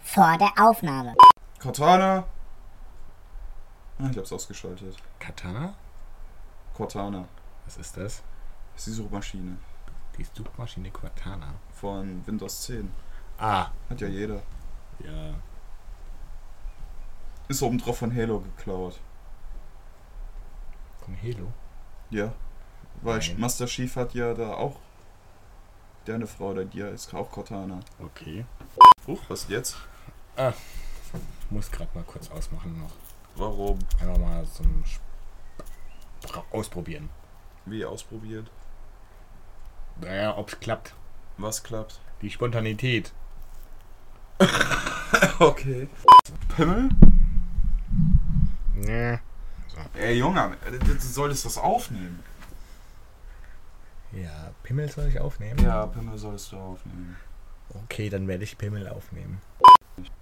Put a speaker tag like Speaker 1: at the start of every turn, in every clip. Speaker 1: vor der Aufnahme.
Speaker 2: Cortana. Ah, ich hab's ausgeschaltet.
Speaker 3: Katana?
Speaker 2: Cortana.
Speaker 3: Was ist das?
Speaker 2: Das ist die Suchmaschine
Speaker 3: Die Suchmaschine Cortana.
Speaker 2: von Windows 10.
Speaker 3: Ah.
Speaker 2: Hat ja jeder.
Speaker 3: Ja.
Speaker 2: Ist obendrauf von Halo geklaut.
Speaker 3: Von Halo.
Speaker 2: Ja. Weil
Speaker 3: Nein.
Speaker 2: Master Chief hat ja da auch. Deine Frau, oder dir ist auch Cortana.
Speaker 3: Okay.
Speaker 2: Huch, was jetzt?
Speaker 3: Ich muss gerade mal kurz ausmachen noch.
Speaker 2: Warum?
Speaker 3: Einfach mal zum Sp Bra- Ausprobieren.
Speaker 2: Wie ausprobiert?
Speaker 3: Naja, ob's klappt.
Speaker 2: Was klappt?
Speaker 3: Die Spontanität.
Speaker 2: Okay. Pimmel?
Speaker 3: Nee.
Speaker 2: Ey, Junge, du solltest das aufnehmen.
Speaker 3: Ja, Pimmel soll ich aufnehmen?
Speaker 2: Ja, Pimmel solltest du aufnehmen.
Speaker 3: Okay, dann werde ich Pimmel aufnehmen.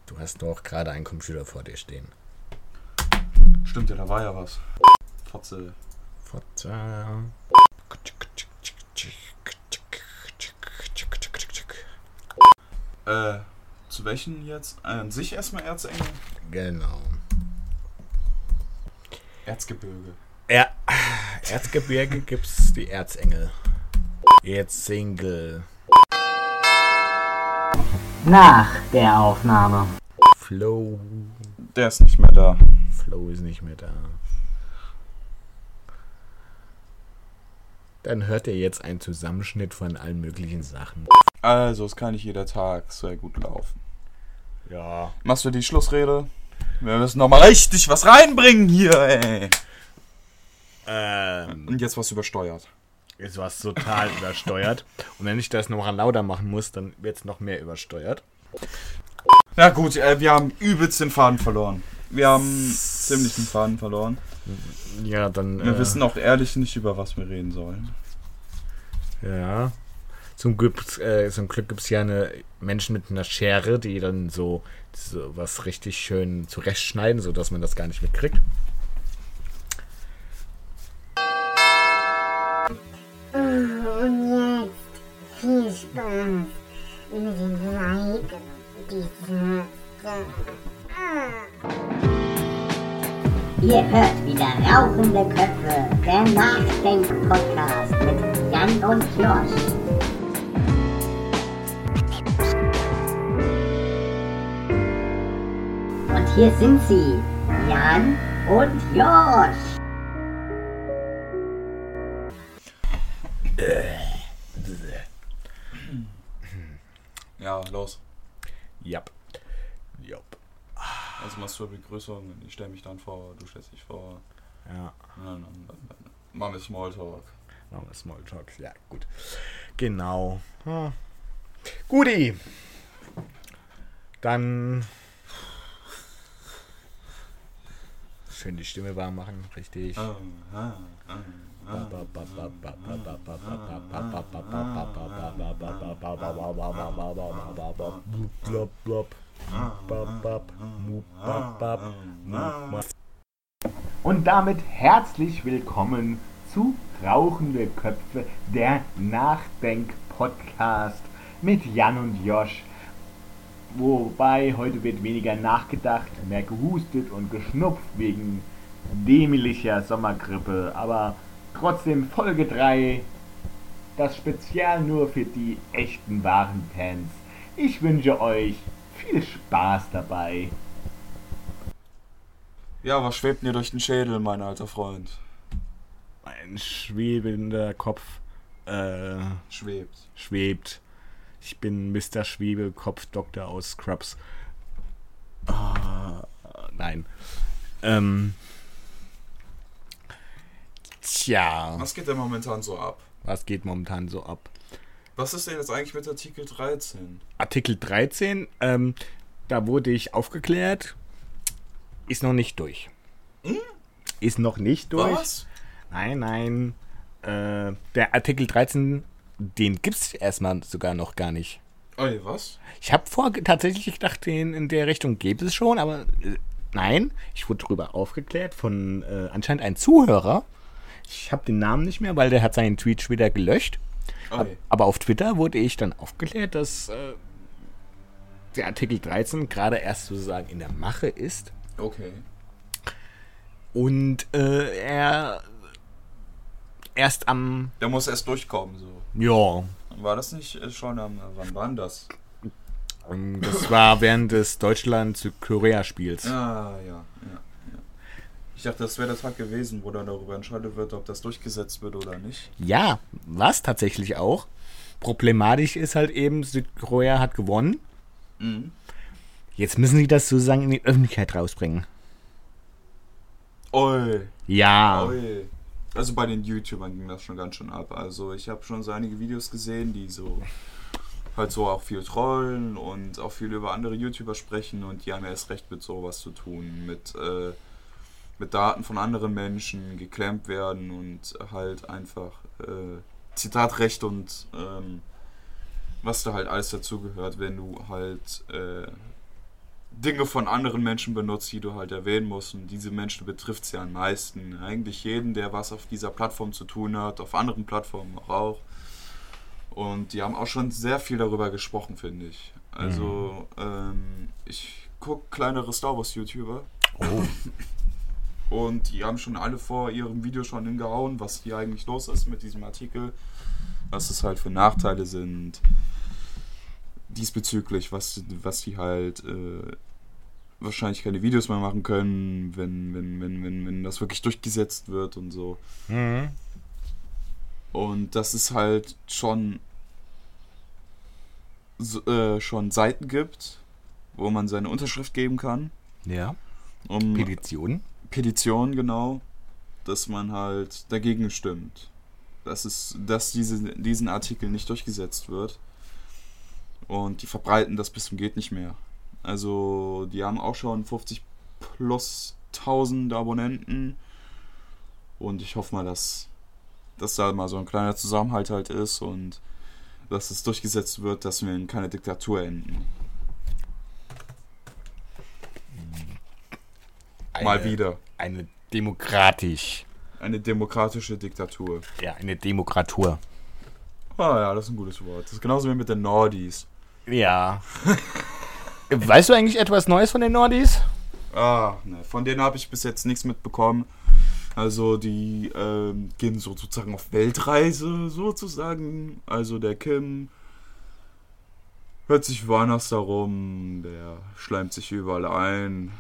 Speaker 3: Du hast doch gerade einen Computer vor dir stehen.
Speaker 2: Stimmt ja, da war ja was. Fotze.
Speaker 3: Fotza.
Speaker 2: Äh, zu welchen jetzt? Äh, an sich erstmal Erzengel?
Speaker 3: Genau.
Speaker 2: Erzgebirge.
Speaker 3: Er Erzgebirge gibt's die Erzengel. Jetzt Single.
Speaker 1: Nach der Aufnahme.
Speaker 3: Flow.
Speaker 2: Der ist nicht mehr da.
Speaker 3: Flow ist nicht mehr da. Dann hört ihr jetzt einen Zusammenschnitt von allen möglichen Sachen.
Speaker 2: Also, es kann nicht jeder Tag sehr gut laufen.
Speaker 3: Ja.
Speaker 2: Machst du die Schlussrede? Wir müssen nochmal richtig was reinbringen hier, ey.
Speaker 3: Ähm.
Speaker 2: Und jetzt was übersteuert.
Speaker 3: ist was total übersteuert. Und wenn ich das noch lauter machen muss, dann wird es noch mehr übersteuert.
Speaker 2: Na gut, äh, wir haben übelst den Faden verloren. Wir haben ziemlich den Faden verloren.
Speaker 3: Ja, dann. äh,
Speaker 2: Wir wissen auch ehrlich nicht, über was wir reden sollen.
Speaker 3: Ja. Zum, gibt's, äh, zum Glück gibt es ja eine Menschen mit einer Schere, die dann so, so was richtig schön zurechtschneiden, sodass man das gar nicht mitkriegt.
Speaker 4: Und jetzt viel Spaß mit dem Weiter dieser
Speaker 1: Ihr hört wieder Rauchende Köpfe, der Nachdenk-Podcast mit Jan und Josh. Und hier sind sie, Jan und Josh.
Speaker 2: Ja, los.
Speaker 3: Jap. Jap.
Speaker 2: Also machst du Begrüßung und ich stelle mich dann vor, du stellst dich vor.
Speaker 3: Ja,
Speaker 2: Und dann- dann- dann Machen wir Smalltalk.
Speaker 3: machen wir Smalltalks. Ja, gut. Genau. Hm. Guti. Dann. Schön die Stimme warm machen, richtig.
Speaker 5: Und damit herzlich willkommen zu Rauchende Köpfe, der Nachdenk-Podcast mit Jan und Josch. Wobei heute wird weniger nachgedacht, mehr gehustet und geschnupft wegen dämlicher Sommergrippe. Aber trotzdem Folge 3, das Spezial nur für die echten wahren Fans. Ich wünsche euch viel Spaß dabei.
Speaker 2: Ja, was schwebt mir durch den Schädel, mein alter Freund?
Speaker 3: Ein schwebender Kopf äh,
Speaker 2: Schwebt.
Speaker 3: schwebt. Ich bin Mr. Schwebekopf-Doktor aus Scrubs. Ah, nein. Ähm. Tja,
Speaker 2: Was geht denn momentan so ab?
Speaker 3: was geht momentan so ab?
Speaker 2: Was ist denn jetzt eigentlich mit Artikel 13?
Speaker 3: Artikel 13, ähm, da wurde ich aufgeklärt. Ist noch nicht durch. Ist noch nicht durch. Nein, nein. Äh, der Artikel 13, den gibt es erstmal sogar noch gar nicht.
Speaker 2: Ey, was?
Speaker 3: Ich habe vor tatsächlich gedacht, den in der Richtung gäbe es schon, aber äh, nein. Ich wurde darüber aufgeklärt von äh, anscheinend einem Zuhörer. Ich habe den Namen nicht mehr, weil der hat seinen Tweet schon wieder gelöscht.
Speaker 2: Ey.
Speaker 3: Aber auf Twitter wurde ich dann aufgeklärt, dass äh, der Artikel 13 gerade erst sozusagen in der Mache ist.
Speaker 2: Okay.
Speaker 3: Und äh, er erst am.
Speaker 2: Der muss erst durchkommen, so.
Speaker 3: Ja.
Speaker 2: War das nicht äh, schon am. Wann war denn das?
Speaker 3: ähm, Das war während des Deutschland-Südkorea-Spiels.
Speaker 2: Ah, ja, ja. ja. Ich dachte, das wäre der Tag gewesen, wo dann darüber entschieden wird, ob das durchgesetzt wird oder nicht.
Speaker 3: Ja, was tatsächlich auch. Problematisch ist halt eben, Südkorea hat gewonnen.
Speaker 2: Mhm.
Speaker 3: Jetzt müssen sie das sozusagen in die Öffentlichkeit rausbringen.
Speaker 2: Oi.
Speaker 3: Ja.
Speaker 2: Oi. Also bei den YouTubern ging das schon ganz schön ab. Also ich habe schon so einige Videos gesehen, die so halt so auch viel trollen und auch viel über andere YouTuber sprechen und die haben ja erst recht mit sowas zu tun, mit, äh, mit Daten von anderen Menschen geklemmt werden und halt einfach äh, Zitatrecht und ähm, was da halt alles dazugehört, wenn du halt äh, Dinge von anderen Menschen benutzt, die du halt erwähnen musst. Und diese Menschen betrifft es ja am meisten. Eigentlich jeden, der was auf dieser Plattform zu tun hat, auf anderen Plattformen auch. Und die haben auch schon sehr viel darüber gesprochen, finde ich. Also, ähm, ich gucke kleinere Star Wars-YouTuber. Und die haben schon alle vor ihrem Video schon hingehauen, was hier eigentlich los ist mit diesem Artikel. Was es halt für Nachteile sind diesbezüglich, was, was die halt äh, wahrscheinlich keine Videos mehr machen können, wenn, wenn, wenn, wenn, wenn das wirklich durchgesetzt wird und so.
Speaker 3: Mhm.
Speaker 2: Und das ist halt schon so, äh, schon Seiten gibt, wo man seine Unterschrift geben kann,
Speaker 3: Ja.
Speaker 2: um
Speaker 3: Petition.
Speaker 2: Petition genau, dass man halt dagegen stimmt. Dass, es, dass diese, diesen Artikel nicht durchgesetzt wird. Und die verbreiten das bis zum geht nicht mehr. Also die haben auch schon 50 plus 1000 Abonnenten. Und ich hoffe mal, dass, dass da mal so ein kleiner Zusammenhalt halt ist und dass es durchgesetzt wird, dass wir in keine Diktatur enden. mal
Speaker 3: Eine-
Speaker 2: wieder.
Speaker 3: Eine demokratisch.
Speaker 2: Eine demokratische Diktatur.
Speaker 3: Ja, eine Demokratur.
Speaker 2: Ah ja, das ist ein gutes Wort. Das ist genauso wie mit den Nordis.
Speaker 3: Ja. weißt du eigentlich etwas Neues von den Nordis?
Speaker 2: Ah, ne. Von denen habe ich bis jetzt nichts mitbekommen. Also die ähm, gehen so sozusagen auf Weltreise, sozusagen. Also der Kim hört sich woanders darum, der schleimt sich überall ein.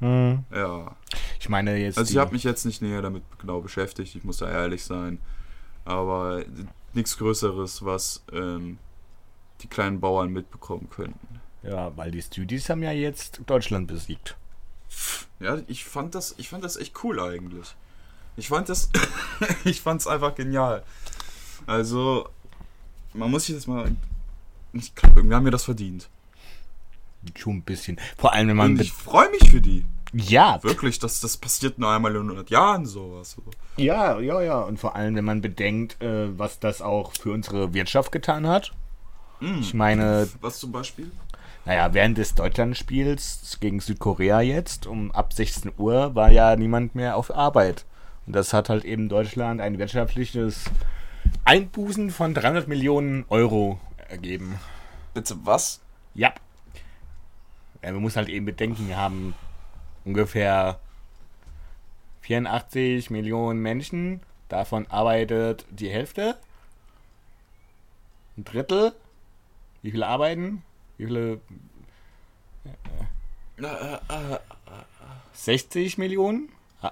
Speaker 2: Ja.
Speaker 3: Ich meine jetzt.
Speaker 2: Mhm. Also
Speaker 3: die-
Speaker 2: ich habe mich jetzt nicht näher damit genau beschäftigt, ich muss da ehrlich sein. Aber nichts Größeres, was ähm, die kleinen Bauern mitbekommen könnten.
Speaker 3: ja, weil die Studis haben ja jetzt Deutschland besiegt.
Speaker 2: Ja, ich fand das, ich fand das echt cool eigentlich. Ich fand das, ich fand's einfach genial. Also, man muss sich das mal, ich glaube, irgendwie haben wir das verdient.
Speaker 3: Schon ein bisschen. Vor allem, wenn man.
Speaker 2: Und ich freue mich für die.
Speaker 3: Ja,
Speaker 2: Wirklich, das, das passiert nur einmal in 100 Jahren sowas.
Speaker 3: ja, ja, ja. Und vor allem, wenn man bedenkt, äh, was das auch für unsere Wirtschaft getan hat. Ich meine,
Speaker 2: Was zum Beispiel?
Speaker 3: naja, während des Deutschlandspiels gegen Südkorea jetzt, um ab 16 Uhr, war ja niemand mehr auf Arbeit. Und das hat halt eben Deutschland ein wirtschaftliches Einbußen von 300 Millionen Euro ergeben.
Speaker 2: Bitte was?
Speaker 3: Ja. ja man muss halt eben bedenken, wir haben ungefähr 84 Millionen Menschen. Davon arbeitet die Hälfte. Ein Drittel. Wie viele arbeiten? Wie viele? 60 Millionen?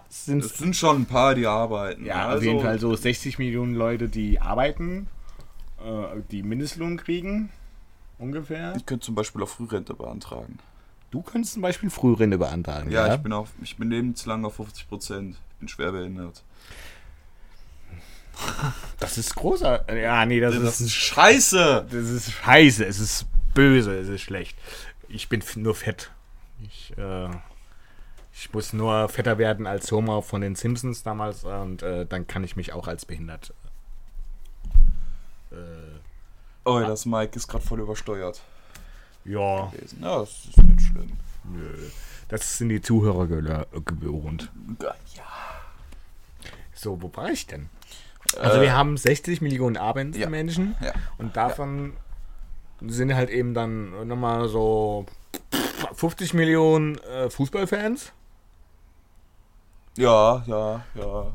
Speaker 3: Sind
Speaker 2: Es sind schon ein paar, die arbeiten. Also
Speaker 3: ja, auf jeden Fall so 60 Millionen Leute, die arbeiten, äh, die Mindestlohn kriegen, ungefähr.
Speaker 2: Ich könnte zum Beispiel auch Frührente beantragen.
Speaker 3: Du könntest zum Beispiel Frührinde beantragen.
Speaker 2: Ja, ich bin auf, ich bin lebenslang auf 50 Prozent. Ich bin schwer behindert.
Speaker 3: Das ist großer. Ja, nee, das,
Speaker 2: Das
Speaker 3: ist,
Speaker 2: ist scheiße!
Speaker 3: das ist scheiße. Es ist böse. Es ist schlecht. Ich bin f- nur fett. Ich, äh, ich muss nur fetter werden als Homer von den Simpsons damals und äh, dann kann ich mich auch als behindert. Äh,
Speaker 2: Oh, das Mike ist gerade voll übersteuert
Speaker 3: ja,
Speaker 2: gewesen. Ja, das ist nicht schlimm.
Speaker 3: nö. Das sind die Zuhörer gel- gewohnt.
Speaker 2: Ja.
Speaker 3: So, wo war ich denn? Also wir haben 60 Millionen arbeitende
Speaker 2: Äh, ja.
Speaker 3: Menschen
Speaker 2: Ja.
Speaker 3: und davon sind halt eben dann nochmal so 50 Millionen äh, Fußballfans.
Speaker 2: Ja, ja, ja.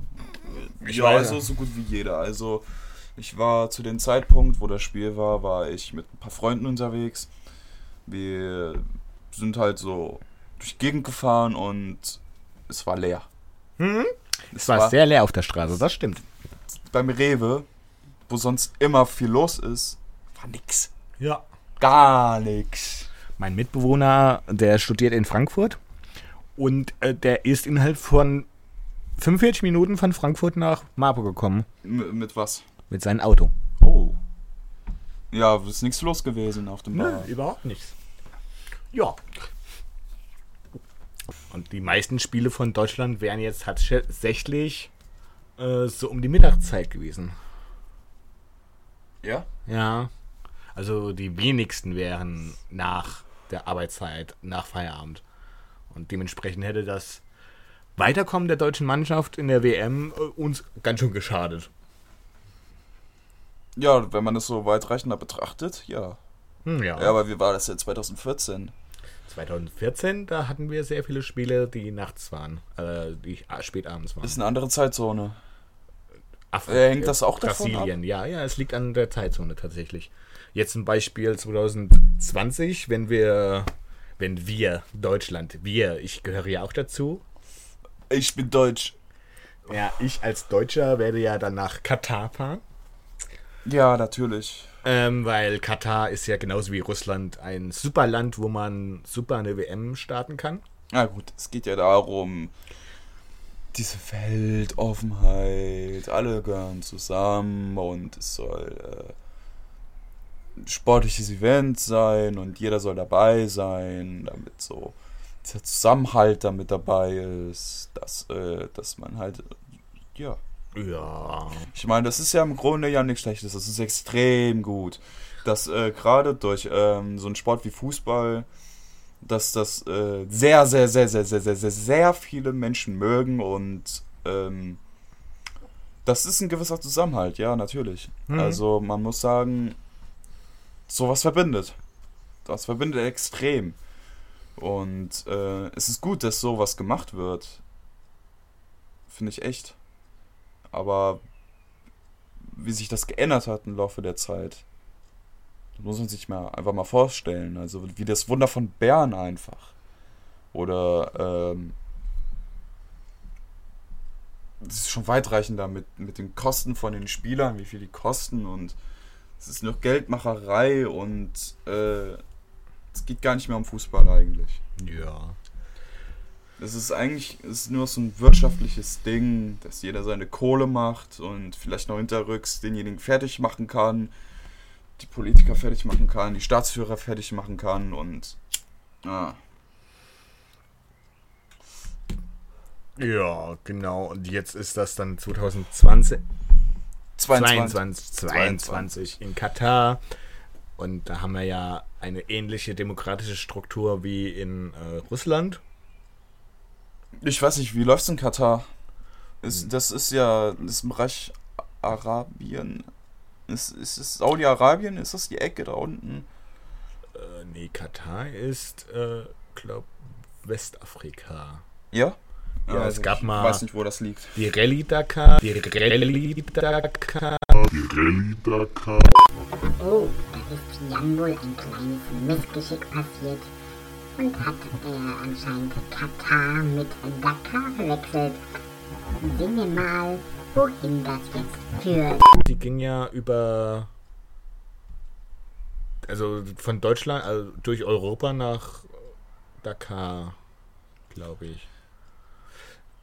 Speaker 3: Ich
Speaker 2: ja,
Speaker 3: weiß
Speaker 2: also
Speaker 3: ja.
Speaker 2: so gut wie jeder. Also ich war zu dem Zeitpunkt, wo das Spiel war, war ich mit ein paar Freunden unterwegs. Wir sind halt so durch die Gegend gefahren und es war leer.
Speaker 3: Es
Speaker 2: war-
Speaker 3: war sehr leer auf der Straße, das stimmt.
Speaker 2: Beim Rewe, wo sonst immer viel los ist, war nix.
Speaker 3: Ja.
Speaker 2: Gar nix.
Speaker 3: Mein Mitbewohner, der studiert in Frankfurt und äh, der ist innerhalb von 45 Minuten von Frankfurt nach Marburg gekommen
Speaker 2: M mit was?
Speaker 3: mit seinem Auto.
Speaker 2: Oh. Ja, ist nichts los gewesen auf dem Bar.
Speaker 3: überhaupt nichts. Ja. Und die meisten Spiele von Deutschland wären jetzt tatsächlich äh, so um die Mittagszeit gewesen.
Speaker 2: Ja?
Speaker 3: Ja. Also die wenigsten wären nach der Arbeitszeit, nach Feierabend. Und dementsprechend hätte das Weiterkommen der deutschen Mannschaft in der WM äh, uns ganz schön geschadet.
Speaker 2: Ja, wenn man das so weitreichender betrachtet, ja.
Speaker 3: Hm, ja.
Speaker 2: Ja, aber wie war das jetzt 2014?
Speaker 3: 2014, da hatten wir sehr viele Spiele, die nachts waren, äh, die ah, spät abends waren.
Speaker 2: Ist eine andere Zeitzone.
Speaker 3: Af-
Speaker 2: Äh, hängt das auch davon
Speaker 3: Brasilien, ja, ja, es liegt an der Zeitzone tatsächlich. Jetzt ein Beispiel 2020, wenn wir, wenn wir, Deutschland, wir, ich gehöre ja auch dazu,
Speaker 2: Ich bin deutsch.
Speaker 3: Ja, ich als Deutscher werde ja dann nach Katar fahren.
Speaker 2: Ja, natürlich.
Speaker 3: Ähm, weil Katar ist ja genauso wie Russland ein super Land, wo man super eine WM starten kann.
Speaker 2: Na gut, es geht ja darum, diese Weltoffenheit, alle gehören zusammen und es soll äh, ein sportliches Event sein und jeder soll dabei sein, damit so dieser Zusammenhalt damit dabei ist, dass, äh, dass man halt, äh, ja.
Speaker 3: Ja.
Speaker 2: Ich meine, das ist ja im Grunde ja nichts Schlechtes. Das ist extrem gut, dass äh, gerade durch ähm, so einen Sport wie Fußball, dass das äh, sehr, sehr, sehr, sehr, sehr, sehr, sehr, sehr viele Menschen mögen und ähm, das ist ein gewisser Zusammenhalt, ja, natürlich. Also man muss sagen, sowas verbindet. Das verbindet extrem. Und äh, es ist gut, dass sowas gemacht wird. Finde ich echt. Aber wie sich das geändert hat im Laufe der Zeit. Das muss man sich mal einfach mal vorstellen. Also wie das Wunder von Bern einfach. Oder ähm, das ist schon weitreichender mit, mit den Kosten von den Spielern, wie viel die kosten und es ist nur Geldmacherei und äh, es geht gar nicht mehr um Fußball eigentlich.
Speaker 3: Ja.
Speaker 2: Es ist eigentlich es ist nur so ein wirtschaftliches Ding, dass jeder seine Kohle macht und vielleicht noch hinterrücks denjenigen fertig machen kann, die Politiker fertig machen kann, die Staatsführer fertig machen kann und. Ah.
Speaker 3: Ja, genau. Und jetzt ist das dann 2020, 22, 22 in Katar. Und da haben wir ja eine ähnliche demokratische Struktur wie in äh, Russland.
Speaker 2: Ich weiß nicht, wie läuft's in Katar?
Speaker 3: Hm.
Speaker 2: Ist, das ist ja das im Bereich Arabien. Ist, ist es Saudi-Arabien? Ist das die Ecke da unten?
Speaker 3: Äh, nee, Katar ist, äh, glaub, Westafrika.
Speaker 2: Ja? Ah,
Speaker 3: Ja, es gab
Speaker 2: ich
Speaker 3: mal-
Speaker 2: weiß nicht, wo das liegt.
Speaker 3: Die Rallye Dakar. Die Rallye Dakar.
Speaker 1: Oh, da ist Jan wohl ein kleines Missgeschick passiert und hat äh, anscheinend Katar mit Dakar verwechselt. Sehen wir mal, wohin das jetzt führt.
Speaker 3: Die ging ja über. Also von Deutschland, also durch Europa nach Dakar, glaube ich.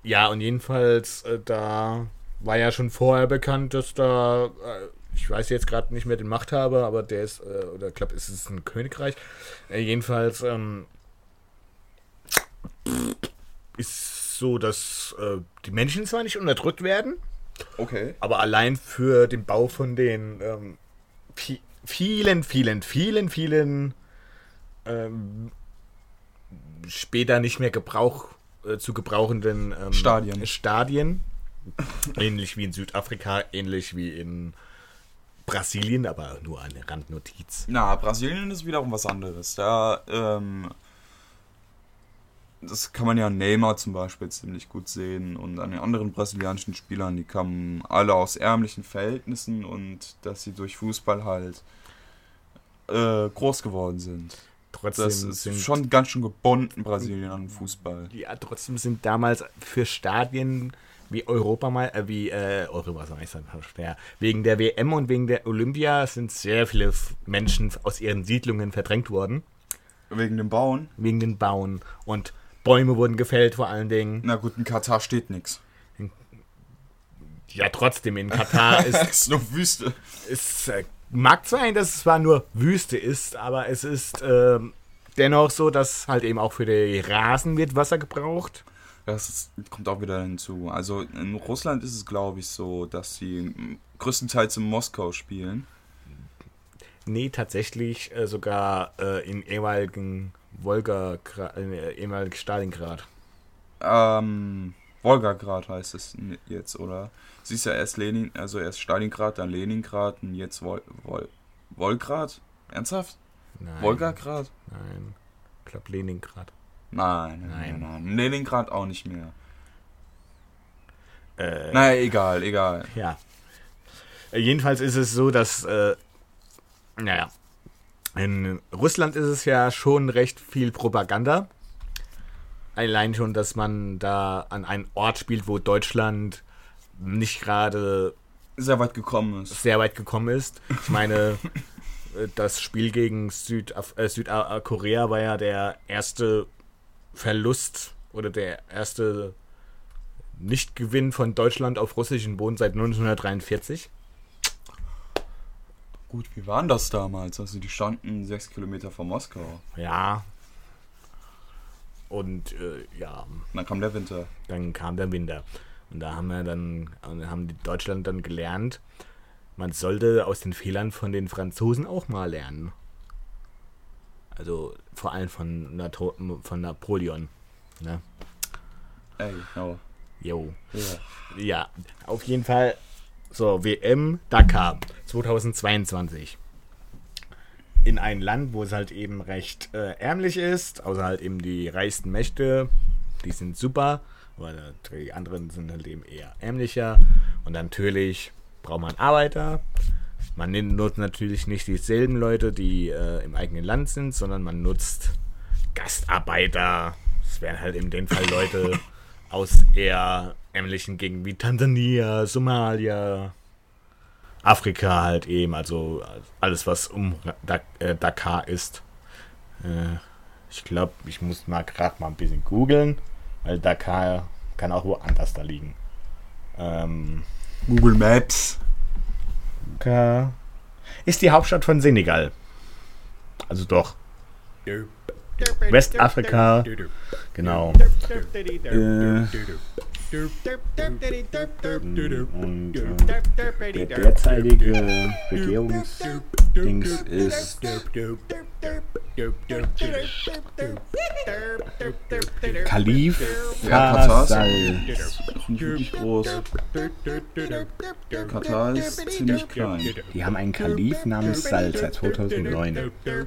Speaker 3: Ja, und jedenfalls, äh, da war ja schon vorher bekannt, dass da. Äh, ich weiß jetzt gerade nicht mehr den Machthaber, aber der ist, äh, oder ich glaube, es ist ein Königreich. Äh, jedenfalls, ähm, ist so, dass äh, die Menschen zwar nicht unterdrückt werden,
Speaker 2: Okay.
Speaker 3: aber allein für den Bau von den ähm, vi- vielen, vielen, vielen, vielen ähm, später nicht mehr Gebrauch, äh, zu gebrauchenden ähm,
Speaker 2: Stadien.
Speaker 3: Stadien. Ähnlich wie in Südafrika, ähnlich wie in Brasilien, aber nur eine Randnotiz.
Speaker 2: Na, Brasilien ist wiederum was anderes. Da, ähm, das kann man ja an Neymar zum Beispiel ziemlich gut sehen und an den anderen brasilianischen Spielern, die kamen alle aus ärmlichen Verhältnissen und dass sie durch Fußball halt äh, groß geworden sind.
Speaker 3: Trotzdem
Speaker 2: Das ist
Speaker 3: sind
Speaker 2: schon ganz schön gebunden, Brasilien an den Fußball.
Speaker 3: Ja, trotzdem sind damals für Stadien wie Europa mal, äh, wie äh, Europa, sag ich schon, ja, wegen der WM und wegen der Olympia sind sehr viele F- Menschen aus ihren Siedlungen verdrängt worden,
Speaker 2: Wegen dem Bauen.
Speaker 3: wegen den Bauen. Und Bäume wurden gefällt vor allen Dingen.
Speaker 2: Na gut, in Katar steht nichts.
Speaker 3: Ja, trotzdem in Katar ist
Speaker 2: ist nur Wüste.
Speaker 3: es äh, mag sein, dass es zwar nur Wüste ist, aber es ist ähm, dennoch so, dass halt eben auch für die Rasen wird Wasser gebraucht.
Speaker 2: Das ist, kommt auch wieder hinzu. Also in Russland ist es, glaube ich, so, dass sie mm, größtenteils in Moskau spielen.
Speaker 3: Nee, tatsächlich äh, sogar äh, in ehemaligen Wolga, äh, ehemaligen Stalingrad.
Speaker 2: Ähm, Wolgograd heißt es n- jetzt, oder? Sie ist ja erst Lenin, also erst Stalingrad, dann Leningrad und jetzt Wol Wol Wolgrad? Ernsthaft?
Speaker 3: Nein.
Speaker 2: Wolgograd?
Speaker 3: Nein. Ich glaube Leningrad.
Speaker 2: Nein, nein, nein,
Speaker 3: Nein.
Speaker 2: nein. Leningrad auch nicht mehr.
Speaker 3: Äh,
Speaker 2: Naja, egal, egal.
Speaker 3: Ja. Äh, Jedenfalls ist es so, dass, äh, naja, in Russland ist es ja schon recht viel Propaganda. Allein schon, dass man da an einen Ort spielt, wo Deutschland nicht gerade
Speaker 2: Sehr weit gekommen ist.
Speaker 3: sehr weit gekommen ist. Ich meine, äh, das Spiel gegen Südaf äh, Südkorea war ja der erste Verlust oder der erste Nichtgewinn von Deutschland auf russischen Boden seit 1943.
Speaker 2: Gut, wie waren das damals? Also die standen sechs Kilometer von Moskau.
Speaker 3: Ja. Und äh, ja,
Speaker 2: Und dann kam der Winter.
Speaker 3: dann kam der Winter. Und da haben wir dann, und haben die Deutschland dann gelernt, man sollte aus den Fehlern von den Franzosen auch mal lernen. Also vor allem von, Nato von Napoleon. Ne?
Speaker 2: Ey, no.
Speaker 3: Jo.
Speaker 2: Ja.
Speaker 3: Ja, auf jeden Fall. So, WM Dakar 2022. In ein Land, wo es halt eben recht äh, ärmlich ist, außer halt eben die reichsten Mächte, die sind super, weil die anderen sind halt eben eher ärmlicher. Und natürlich braucht man Arbeiter. Man nimmt- nutzt natürlich nicht dieselben Leute, die äh, im eigenen Land sind, sondern man nutzt Gastarbeiter. Es wären halt in dem Fall Leute aus eher ähnlichen Gegenden wie Tansania, Somalia, Afrika halt eben, also alles, was um Dak äh, Dakar ist. Äh, ich glaube, ich muss mal gerade mal ein bisschen googeln, weil Dakar kann auch woanders da liegen. Ähm,
Speaker 2: Google Maps.
Speaker 3: Dakar ist die Hauptstadt von Senegal. Also doch, Westafrika, genau.
Speaker 5: Und äh, der derzeitige Regierungsdings ist
Speaker 3: Kalif
Speaker 2: Ja, Katar ist-
Speaker 5: Fasal.
Speaker 2: Doch nicht wirklich groß. Katar ist ziemlich klein.
Speaker 5: Die haben einen Kalif namens Sal seit 2009.
Speaker 2: Äh,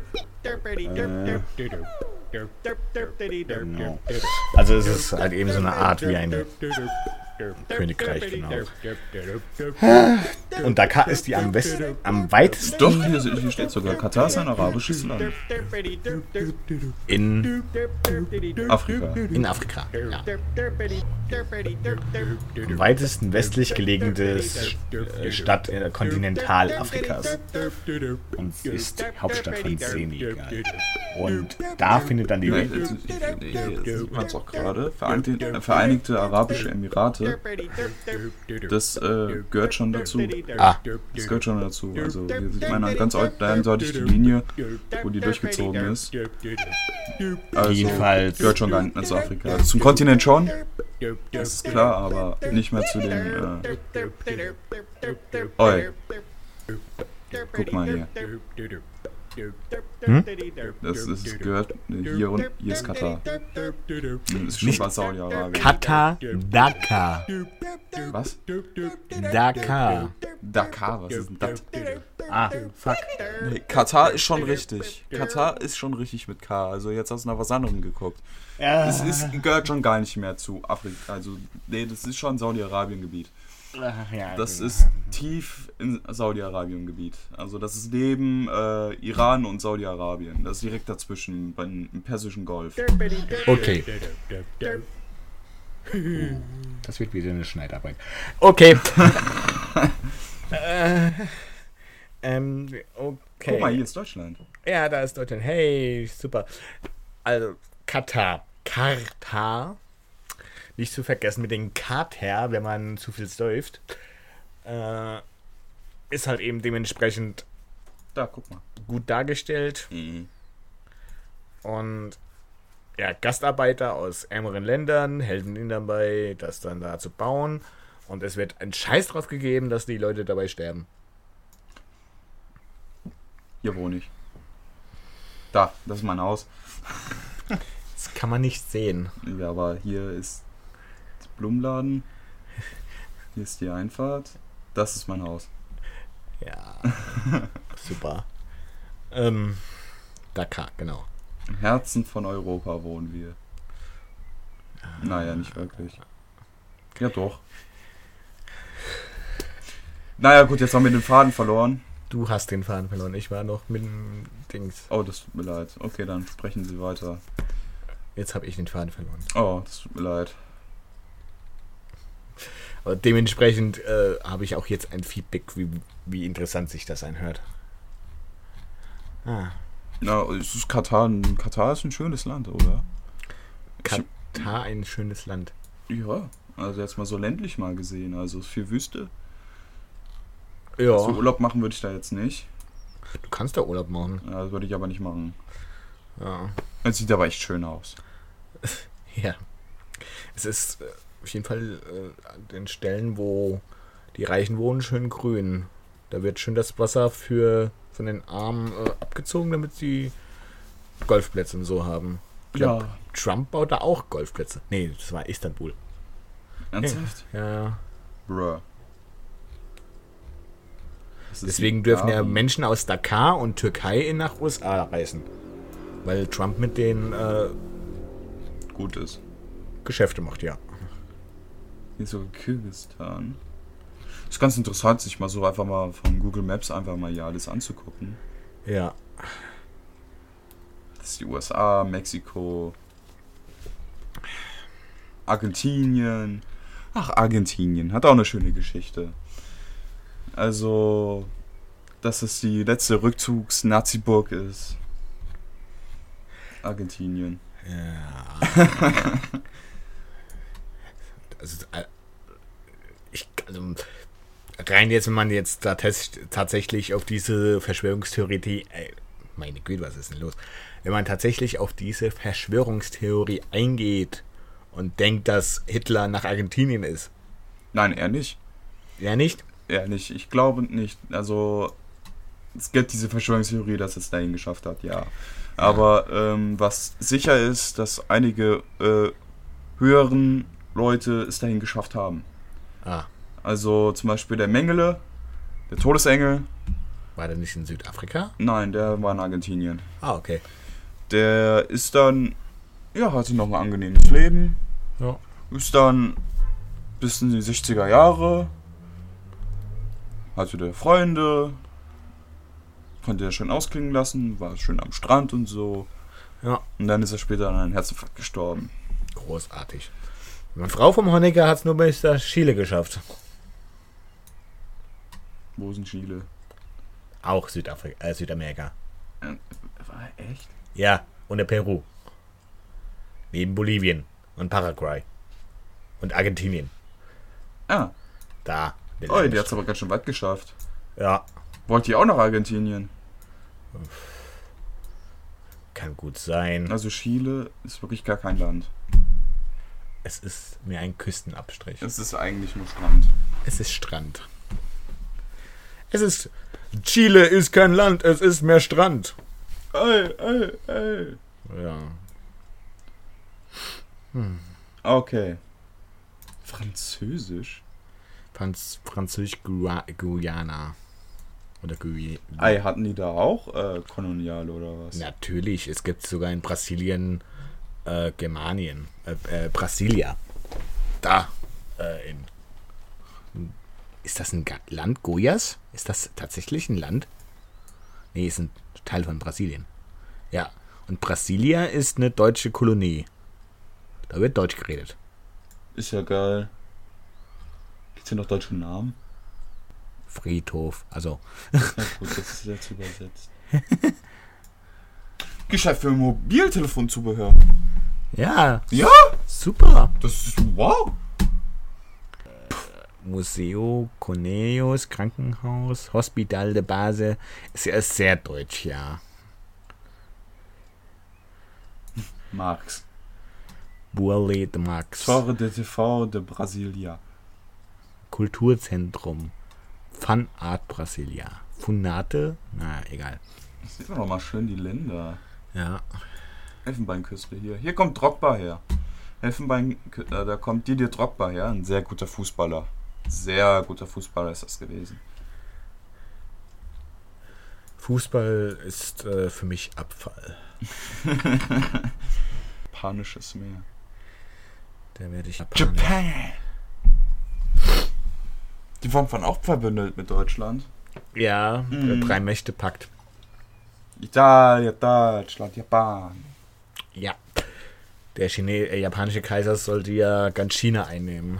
Speaker 5: Genau.
Speaker 3: Also es ist halt eben so eine Art wie ein Königreich, genau. Und Dakar ist die am, West, am weitesten
Speaker 2: Doch, hier, hier steht sogar, Katar ist ein arabisches Land.
Speaker 3: in,
Speaker 2: Afrika.
Speaker 3: in Afrika. Ja. Am weitesten westlich gelegene äh, Stadt äh, Kontinentalafrikas.
Speaker 5: Und ist die Hauptstadt von Senegal. Und da findet dann die
Speaker 2: Nee,
Speaker 5: Welt.
Speaker 2: jetzt, hier sieht man es auch gerade. Vereinigte, äh, Vereinigte Arabische Emirate, das äh, gehört schon dazu.
Speaker 3: Ah,
Speaker 2: Das gehört schon dazu. Also hier sieht man dann ganz eut- eindeutig die Linie, wo die durchgezogen ist. Also,
Speaker 3: Jedenfalls.
Speaker 2: Gehört schon gar nicht mehr zu Afrika. Zum Kontinent schon, das ist klar, aber nicht mehr zu den... Äh, oi, guck mal Äh. hier. Das ist, gehört hier und hier ist Katar. Das ist schon
Speaker 3: Nicht-
Speaker 2: bei Saudi-Arabien.
Speaker 3: Katar, Dakar.
Speaker 2: Was?
Speaker 3: Dakar.
Speaker 2: Dakar, was ist denn das?
Speaker 3: Ah, fuck.
Speaker 2: Nee, Katar ist schon richtig. Katar ist schon richtig mit K. Also jetzt hast du nach was anderem geguckt. Es ist, gehört schon gar nicht mehr zu Afrika. Also, nee, das ist schon Saudi-Arabien-Gebiet.
Speaker 3: Ach, ja,
Speaker 2: Das ist tief in Saudi-Arabien-Gebiet. Also das ist neben äh, Iran und Saudi-Arabien. Das ist direkt dazwischen, beim, im Persischen Golf.
Speaker 3: Okay. Das wird wieder eine Schneidarbeit. Okay. äh, ähm, okay.
Speaker 2: Guck mal, hier ist Deutschland.
Speaker 3: Ja, da ist Deutschland. Hey, super. Also, Katar. Katar. Nicht zu vergessen mit dem Kater, wenn man zu viel säuft. Äh, ist halt eben dementsprechend
Speaker 2: Da, guck mal.
Speaker 3: gut dargestellt.
Speaker 2: Mhm.
Speaker 3: Und ja, Gastarbeiter aus ärmeren Ländern helfen ihnen dabei, das dann da zu bauen. Und es wird ein Scheiß drauf gegeben, dass die Leute dabei sterben.
Speaker 2: Hier wohne ich. Da, das ist mein Haus.
Speaker 3: Das kann man nicht sehen.
Speaker 2: Ja, aber hier ist der Blumenladen. Hier ist die Einfahrt. Das ist mein Haus.
Speaker 3: Ja. Super. Ähm, Dakar, genau.
Speaker 2: Im Herzen von Europa wohnen wir. Naja, nicht wirklich. Ja, doch. Naja, gut, jetzt haben wir den Faden verloren.
Speaker 3: Du hast den Faden verloren. Ich war noch mit dem Dings.
Speaker 2: Oh, das tut mir leid. Okay, dann sprechen Sie weiter.
Speaker 3: Jetzt habe ich den Faden verloren.
Speaker 2: Oh, das tut mir leid.
Speaker 3: Aber dementsprechend äh, habe ich auch jetzt ein Feedback, wie, wie interessant sich das anhört. Ah.
Speaker 2: Na, es ist Katar. Katar ist ein schönes Land, oder?
Speaker 3: Katar, ein schönes Land.
Speaker 2: Ja, also jetzt mal so ländlich mal gesehen. Also ist viel Wüste.
Speaker 3: Ja,
Speaker 2: So Urlaub machen würde ich da jetzt nicht.
Speaker 3: du kannst da Urlaub machen.
Speaker 2: Ja, das würde ich aber nicht machen.
Speaker 3: Ja.
Speaker 2: Es sieht aber echt schön aus.
Speaker 3: Ja. Es ist äh, auf jeden Fall äh, an den Stellen, wo die Reichen wohnen, schön grün. Da wird schön das Wasser für von den Armen äh, abgezogen, damit sie Golfplätze und so haben. Ich glaub,
Speaker 2: Ja.
Speaker 3: Trump baut da auch Golfplätze. Nee, das war Istanbul.
Speaker 2: Ernsthaft?
Speaker 3: Ja.
Speaker 2: Bruh. Das ist
Speaker 3: Deswegen
Speaker 2: wie
Speaker 3: dürfen ja
Speaker 2: Darwin.
Speaker 3: Menschen aus Dakar und Türkei nach USA reisen. Weil Trump mit denen äh,
Speaker 2: Gut ist.
Speaker 3: Geschäfte macht, ja.
Speaker 2: Hier so Kirgistan. Ist ganz interessant, sich mal so einfach mal von Google Maps einfach mal hier alles anzugucken.
Speaker 3: Ja.
Speaker 2: Das ist die USA, Mexiko, Argentinien. Ach, Argentinien hat auch eine schöne Geschichte. Also, dass es die letzte Rückzugs-Nazi-Burg ist. Argentinien.
Speaker 3: Ja. also, äh, ich, also, rein jetzt, wenn man jetzt da test, tatsächlich auf diese Verschwörungstheorie, äh, meine Güte, was ist denn los? Wenn man tatsächlich auf diese Verschwörungstheorie eingeht und denkt, dass Hitler nach Argentinien ist,
Speaker 2: Nein, er nicht.
Speaker 3: ja nicht?
Speaker 2: Er nicht. Ich glaube nicht. Also, es gibt diese Verschwörungstheorie, dass es dahin geschafft hat, ja. Aber ähm, was sicher ist, dass einige äh, höheren Leute es dahin geschafft haben.
Speaker 3: Ah,
Speaker 2: Also zum Beispiel der Mengele, der Todesengel.
Speaker 3: war der nicht in Südafrika?
Speaker 2: Nein, der war in Argentinien.
Speaker 3: Ah, okay.
Speaker 2: Der ist dann, ja, hatte noch ein angenehmes Leben.
Speaker 3: Ja.
Speaker 2: Ist dann bis in die 60er Jahre. Hatte der Freunde. Konnte er schön ausklingen lassen, war schön am Strand und so.
Speaker 3: Ja.
Speaker 2: Und dann ist er später an einem Herzinfarkt gestorben.
Speaker 3: Großartig. Meine Frau vom Honecker hat es nur bis nach Chile geschafft.
Speaker 2: Wo ist denn Chile?
Speaker 3: Auch Südafrika, äh, Südamerika.
Speaker 2: Äh, War er echt?
Speaker 3: Ja, und der Peru. Neben Bolivien und Paraguay. Und Argentinien.
Speaker 2: Ah,
Speaker 3: Da.
Speaker 2: oh, der hat es aber ganz schön weit geschafft.
Speaker 3: Ja,
Speaker 2: Wollt ihr auch nach Argentinien?
Speaker 3: kann gut sein.
Speaker 2: Also Chile ist wirklich gar kein Land.
Speaker 3: Es ist mir ein Küstenabstrich.
Speaker 2: Es ist eigentlich nur Strand.
Speaker 3: Es ist Strand. Es ist. Chile ist kein Land, es ist mehr Strand.
Speaker 2: Ey, ey, ey.
Speaker 3: Ja.
Speaker 2: Okay. Französisch?
Speaker 3: Franz Französisch Gua- Guyana. Oder Guyana.
Speaker 2: Ey, hatten die da auch äh, Kolonial oder was?
Speaker 3: Natürlich, es gibt sogar in Brasilien äh, Germanien. Äh, äh, Brasilia. Da. Äh, in, ist das ein Ga Land Goyas? Ist das tatsächlich ein Land? Nee, ist ein Teil von Brasilien. Ja. Und Brasilia ist eine deutsche Kolonie. Da wird Deutsch geredet.
Speaker 2: Ist ja geil. Gibt's hier noch deutsche Namen?
Speaker 3: Friedhof. Also,
Speaker 2: Ja gut, das ist jetzt übersetzt. Geschäft für Mobiltelefonzubehör.
Speaker 3: ja,
Speaker 2: Ja,
Speaker 3: super.
Speaker 2: das ist wow.
Speaker 3: Museo Cornelius, Krankenhaus, Hospital de Base. Ist ja sehr deutsch, ja.
Speaker 2: Marx.
Speaker 3: Burle de Max.
Speaker 2: Torre de TV de Brasilia.
Speaker 3: Kulturzentrum. Fun Art Brasilia. Funate? Na, egal.
Speaker 2: Das sieht man doch mal schön die Länder.
Speaker 3: Ja.
Speaker 2: Elfenbeinküste hier. Hier kommt Drogba her. Elfenbein, äh, da kommt Didier Drogba her. Ein sehr guter Fußballer. Sehr guter Fußballer ist das gewesen.
Speaker 3: Fußball ist äh, für mich Abfall.
Speaker 2: Panisches Meer.
Speaker 3: Da werde ich japanisch.
Speaker 2: Japan! Die Form waren auch verbündelt mit Deutschland.
Speaker 3: Ja,
Speaker 2: Mhm.
Speaker 3: äh, drei Mächte packt.
Speaker 2: Italien, Deutschland, Japan.
Speaker 3: Ja. Der Chine äh, japanische Kaiser sollte ja ganz China einnehmen.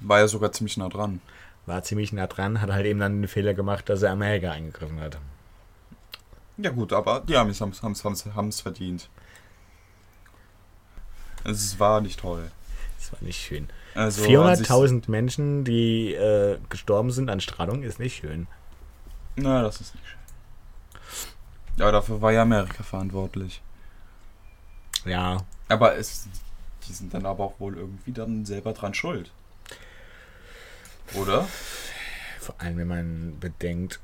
Speaker 2: War ja sogar ziemlich nah dran.
Speaker 3: War ziemlich nah dran, hat halt eben dann den Fehler gemacht, dass er Amerika eingegriffen hat.
Speaker 2: Ja gut, aber die Amis haben es haben's, haben's, haben's verdient. Es war nicht toll.
Speaker 3: Das war nicht schön.
Speaker 2: Also an sich-
Speaker 3: 400.000 Menschen, die äh, gestorben sind an Strahlung, ist nicht schön.
Speaker 2: Na, das ist nicht schön. Aber dafür war ja Amerika verantwortlich.
Speaker 3: Ja,
Speaker 2: Aber es, die sind dann aber auch wohl irgendwie dann selber dran schuld. Oder?
Speaker 3: vor allem wenn man bedenkt,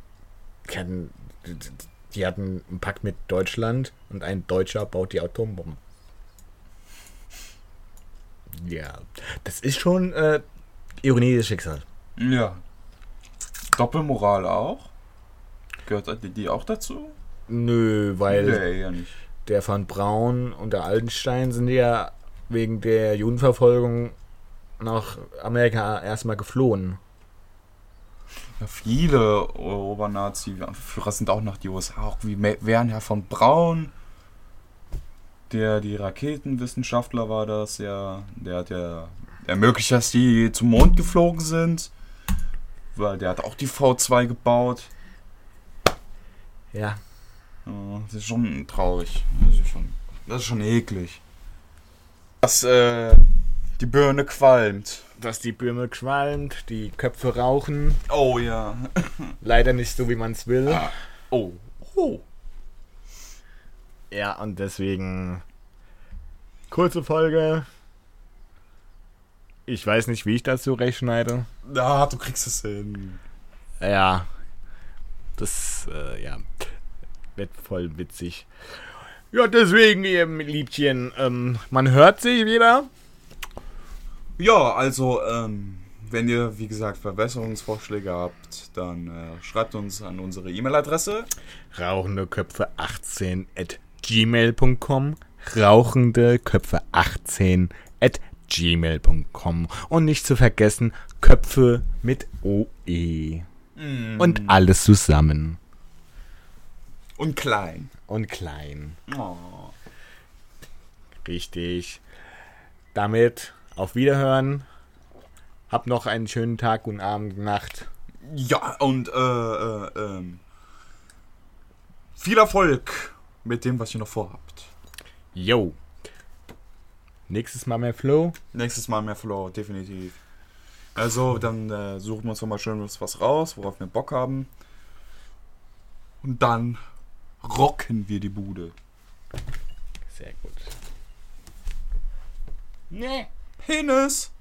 Speaker 3: die hatten, die hatten einen Pakt mit Deutschland und ein Deutscher baut die Atombomben. Ja, das ist schon äh, Ironie des Schicksals.
Speaker 2: Ja. Doppelmoral auch? Gehört die, die auch dazu?
Speaker 3: Nö, weil
Speaker 2: Nee, eher nicht.
Speaker 3: der Van Braun und der Altenstein sind ja wegen der Judenverfolgung nach Amerika erstmal geflohen.
Speaker 2: Ja, viele Obernazi-Anführer sind auch nach die USA, auch wie Me- Wernher von Braun, der die Raketenwissenschaftler war das ja, der hat ja ermöglicht, dass die zum Mond geflogen sind, weil der hat auch die V2 gebaut.
Speaker 3: Ja,
Speaker 2: Ja, Das ist schon traurig. Das ist schon, das ist schon eklig. Dass äh, die Birne qualmt.
Speaker 3: dass die Böhme qualmt, die Köpfe rauchen.
Speaker 2: Oh ja.
Speaker 3: Leider nicht so, wie man es will.
Speaker 2: Oh. Oh.
Speaker 3: Ja, und deswegen kurze Folge. Ich weiß nicht, wie ich das zurechtschneide.
Speaker 2: Ah, du kriegst es hin.
Speaker 3: Ja, das äh, ja, wird voll witzig. Ja, deswegen, ihr Liebchen, ähm, man hört sich wieder.
Speaker 2: Ja, also, ähm, wenn ihr, wie gesagt, Verbesserungsvorschläge habt, dann äh, schreibt uns an unsere E-Mail-Adresse.
Speaker 3: Rauchendeköpfe 18 at gmail.com. Rauchendeköpfe18 at gmail.com. Und nicht zu vergessen, Köpfe mit OE. Und alles zusammen.
Speaker 2: Und klein.
Speaker 3: Und klein.
Speaker 2: Oh.
Speaker 3: Richtig. Damit auf Wiederhören. Habt noch einen schönen Tag, guten Abend, gute Nacht.
Speaker 2: Ja, und äh, äh, ähm, viel Erfolg mit dem, was ihr noch vorhabt.
Speaker 3: Yo. Nächstes Mal mehr Flow.
Speaker 2: Nächstes Mal mehr Flow, definitiv. Also, dann äh, suchen wir uns nochmal schön was raus, worauf wir Bock haben. Und dann rocken wir die Bude.
Speaker 3: Sehr gut. Nee.
Speaker 2: Penis!